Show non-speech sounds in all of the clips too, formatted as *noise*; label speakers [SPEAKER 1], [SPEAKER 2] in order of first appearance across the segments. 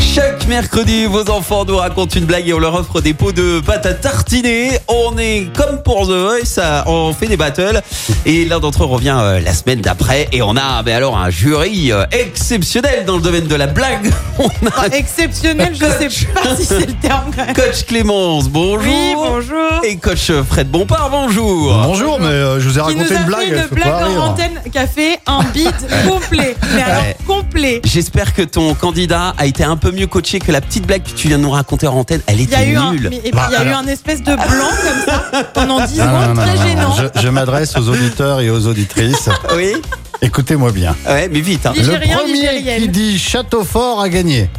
[SPEAKER 1] Chaque mercredi, vos enfants nous racontent une blague et on leur offre des pots de pâte à tartiner. On est comme pour The Voice, ça- on fait des battles. Et l'un d'entre eux revient euh, la semaine d'après et on a mais alors un jury euh, exceptionnel dans le domaine de la blague. *laughs* On a
[SPEAKER 2] Exceptionnel, je
[SPEAKER 1] *laughs*
[SPEAKER 2] sais pas si c'est le terme. quand même.
[SPEAKER 1] coach Clémence, bonjour.
[SPEAKER 2] Oui, bonjour.
[SPEAKER 1] Et coach Fred Bompard, bonjour.
[SPEAKER 3] Bonjour, mais euh, je vous ai
[SPEAKER 2] Qui nous a
[SPEAKER 3] raconté
[SPEAKER 2] fait
[SPEAKER 3] une blague.
[SPEAKER 2] une
[SPEAKER 3] faut pas
[SPEAKER 2] blague
[SPEAKER 3] rire.
[SPEAKER 2] en antenne café, un
[SPEAKER 1] *laughs*
[SPEAKER 2] bide complet. Mais alors,
[SPEAKER 1] Ouais.
[SPEAKER 2] complet.
[SPEAKER 1] J'espère que ton candidat a été un peu mieux coaché que la petite blague que tu viens de nous raconter en antenne. Elle
[SPEAKER 2] Il y a
[SPEAKER 1] était
[SPEAKER 2] eu un,
[SPEAKER 1] nulle.
[SPEAKER 2] mais- et puis,
[SPEAKER 3] Bah,
[SPEAKER 2] il y a eu
[SPEAKER 3] alors.
[SPEAKER 2] un espèce de blanc comme
[SPEAKER 1] *laughs*
[SPEAKER 2] ça pendant 10
[SPEAKER 3] Non, non,
[SPEAKER 2] secondes,
[SPEAKER 3] non,
[SPEAKER 2] très
[SPEAKER 3] non, non,
[SPEAKER 2] gênant.
[SPEAKER 3] non. Je, je m'adresse aux auditeurs et aux
[SPEAKER 2] *laughs*
[SPEAKER 3] auditrices.
[SPEAKER 1] Oui,
[SPEAKER 3] Écoutez-moi bien.
[SPEAKER 1] ouais, mais vite. hein.
[SPEAKER 2] Ligérien,
[SPEAKER 3] le premier
[SPEAKER 2] ligérienne.
[SPEAKER 3] qui dit château fort a gagné.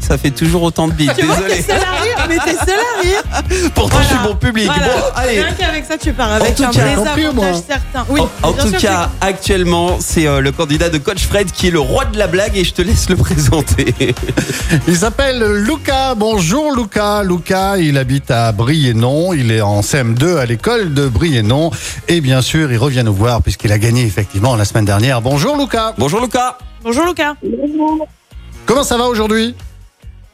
[SPEAKER 1] Ça fait toujours autant de bites.
[SPEAKER 2] Tu vois,
[SPEAKER 1] Désolé.
[SPEAKER 2] t'es seul à rire, mais t'es seul à
[SPEAKER 1] *laughs*
[SPEAKER 2] rire.
[SPEAKER 1] Pourtant, je suis
[SPEAKER 2] Voilà.
[SPEAKER 1] bon public.
[SPEAKER 2] Voilà.
[SPEAKER 1] Bon, allez.
[SPEAKER 2] Rien qu'avec ça, tu pars avec
[SPEAKER 1] tout
[SPEAKER 2] un
[SPEAKER 1] cas,
[SPEAKER 3] compris, moi.
[SPEAKER 2] désavantage certain. Oui,
[SPEAKER 1] En- en
[SPEAKER 2] bien
[SPEAKER 1] tout
[SPEAKER 2] sûr que
[SPEAKER 1] cas, actuellement, c'est euh, le candidat de Coach Fred qui est le roi de la blague et je te laisse le *laughs* présenter.
[SPEAKER 3] Il s'appelle Luca. Bonjour Luca. Luca, il habite à Briennon. Il est en CM2 à l'école de Briennon. Et bien sûr, il revient nous voir puisqu'il a gagné effectivement la semaine dernière. Bonjour Luca.
[SPEAKER 1] Bonjour Lucas.
[SPEAKER 2] Bonjour Lucas.
[SPEAKER 3] Comment ça va aujourd'hui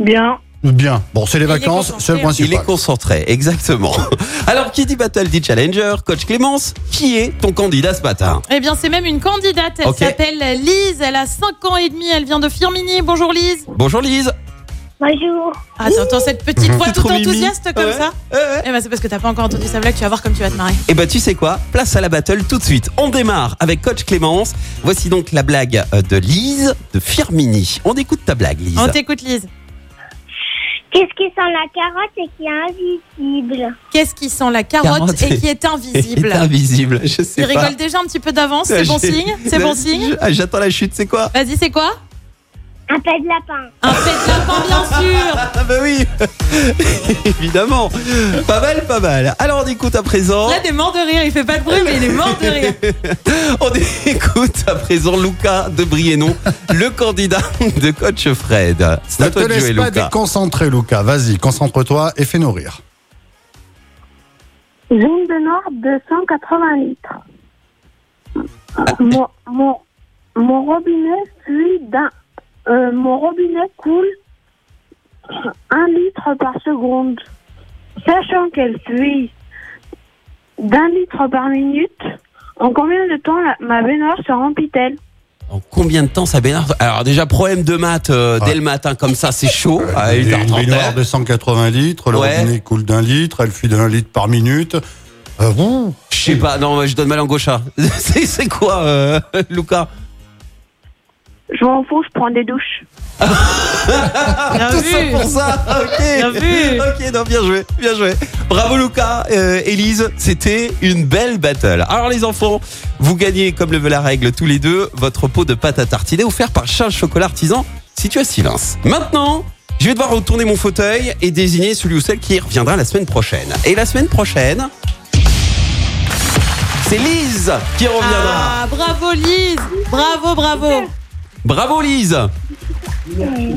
[SPEAKER 4] Bien.
[SPEAKER 3] Bien. Bon, c'est les
[SPEAKER 2] Il est
[SPEAKER 3] vacances,
[SPEAKER 2] concentré,
[SPEAKER 3] c'est le
[SPEAKER 2] hein.
[SPEAKER 1] Il est
[SPEAKER 3] principal.
[SPEAKER 1] concentré, exactement. *laughs* Alors, qui dit battle dit challenger. Coach Clémence, qui est ton candidat ce matin
[SPEAKER 2] Eh bien, c'est même une candidate. Elle
[SPEAKER 1] Ok.
[SPEAKER 2] s'appelle Lise. Elle a 5 ans et demi. Elle vient de Firminy. Bonjour Lise.
[SPEAKER 1] Bonjour Lise.
[SPEAKER 4] Bonjour.
[SPEAKER 2] Ah, t'entends
[SPEAKER 1] *laughs*
[SPEAKER 2] cette petite voix
[SPEAKER 1] C'est
[SPEAKER 2] tout
[SPEAKER 1] trop mimi.
[SPEAKER 2] enthousiaste comme
[SPEAKER 1] Ouais.
[SPEAKER 2] ça Eh ben c'est parce que t'as pas encore entendu sa blague, tu vas voir comme tu vas te marrer.
[SPEAKER 1] Et bah, tu sais quoi Place à la battle tout de suite. On démarre avec Coach Clémence. Voici donc la blague euh, de Lise de Firmini. On écoute ta blague, Lise.
[SPEAKER 2] On t'écoute Lise.
[SPEAKER 4] Qu'est-ce qui sent la carotte et qui est invisible
[SPEAKER 2] Qu'est-ce qui sent la carotte,
[SPEAKER 1] Carotte
[SPEAKER 2] et qui
[SPEAKER 1] *laughs* Il est
[SPEAKER 2] est invisible
[SPEAKER 1] invisible, je sais
[SPEAKER 2] Il
[SPEAKER 1] pas.
[SPEAKER 2] rigole déjà un petit peu d'avance, c'est
[SPEAKER 1] Ah,
[SPEAKER 2] bon
[SPEAKER 1] *laughs* j'ai-
[SPEAKER 2] signe, c'est bon signe.
[SPEAKER 1] Ah, J'attends la chute, c'est quoi
[SPEAKER 2] Vas-y, c'est quoi
[SPEAKER 4] Un peu de lapin.
[SPEAKER 2] Un pet de lapin, bien sûr
[SPEAKER 1] Ah bah oui *laughs* Évidemment Pas mal, pas mal. Alors on écoute à présent...
[SPEAKER 2] Fred est mort de rire, il fait pas de bruit, mais il est mort de rire.
[SPEAKER 1] On écoute à présent Lucas de Briennon, *laughs* le candidat de coach Fred. C'est
[SPEAKER 3] Ne
[SPEAKER 1] à
[SPEAKER 3] te
[SPEAKER 1] toi de
[SPEAKER 3] laisse
[SPEAKER 1] jouer,
[SPEAKER 3] pas
[SPEAKER 1] Lucas.
[SPEAKER 3] déconcentrer, Luca. Vas-y, concentre-toi et fais-nous rire.
[SPEAKER 4] Jaune de noir de 180 litres. Mon, mon, mon robinet fuit d'un. euh, mon robinet coule un litre par seconde. Sachant qu'elle fuit d'un litre par minute, en combien de temps la- ma baignoire se remplit-elle
[SPEAKER 1] En combien de temps ça Bénard Alors déjà, problème de maths euh, dès
[SPEAKER 3] Ouais.
[SPEAKER 1] le matin comme ça, c'est chaud. à
[SPEAKER 3] Une
[SPEAKER 1] 1h30.
[SPEAKER 3] baignoire de 180 litres, le
[SPEAKER 1] Ouais.
[SPEAKER 3] robinet coule d'un litre, elle fuit d'un litre par minute. Euh, ouh.
[SPEAKER 1] Je sais pas, non, je donne mal en gauche. hein. *laughs* C'est c'est quoi, euh, Lucas
[SPEAKER 4] Je m'en fous, je prends des douches.
[SPEAKER 2] Bien
[SPEAKER 1] *laughs* Tout ça
[SPEAKER 2] vu
[SPEAKER 1] pour ça Ok
[SPEAKER 2] Bien vu.
[SPEAKER 1] Ok, non, bien joué, bien joué. Bravo Lucas, euh, Élise, c'était une belle battle. Alors les enfants, vous gagnez, comme le veut la règle, tous les deux, votre pot de pâte à tartiner offert par Charles Chocolat Artisan, situé à Silence. Maintenant, je vais devoir retourner mon fauteuil et désigner celui ou celle qui reviendra la semaine prochaine. Et la semaine prochaine... C'est Lise qui reviendra.
[SPEAKER 2] Ah, bravo Lise Bravo, bravo
[SPEAKER 1] Bravo Lise.
[SPEAKER 4] Merci.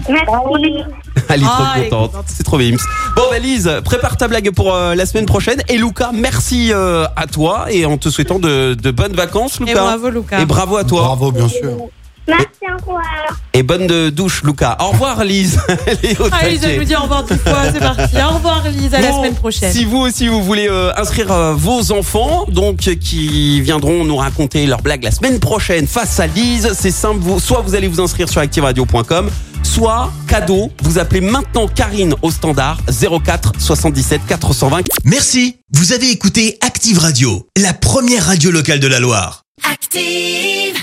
[SPEAKER 1] Elle est
[SPEAKER 2] Ah,
[SPEAKER 1] trop
[SPEAKER 2] elle est
[SPEAKER 1] contente.
[SPEAKER 2] contente.
[SPEAKER 1] C'est trop mims. Bon, bah, Lise, prépare ta blague pour euh, la semaine prochaine. Et Lucas, merci euh, à toi et en te souhaitant de, de bonnes vacances,
[SPEAKER 2] Et
[SPEAKER 1] Lucas.
[SPEAKER 2] bravo Lucas
[SPEAKER 1] Et bravo à toi.
[SPEAKER 3] Bravo, bien sûr.
[SPEAKER 4] Merci encore.
[SPEAKER 1] Et bonne euh, douche, Lucas. Au revoir, Lise. *laughs* Elle est au
[SPEAKER 2] Ah, Lise,
[SPEAKER 1] taquet.
[SPEAKER 2] elle nous dit au revoir dix fois, c'est parti. Au revoir Lise, à la
[SPEAKER 1] Bon,
[SPEAKER 2] semaine prochaine.
[SPEAKER 1] Si vous aussi vous voulez euh, inscrire euh, vos enfants, donc euh, qui viendront nous raconter leur blague la semaine prochaine face à Lise, c'est simple. Vous, soit vous allez vous inscrire sur activeradio.com, soit cadeau, vous appelez maintenant Karine au standard 04 77 420
[SPEAKER 5] Merci, vous avez écouté Active Radio, la première radio locale de la Loire.
[SPEAKER 6] active.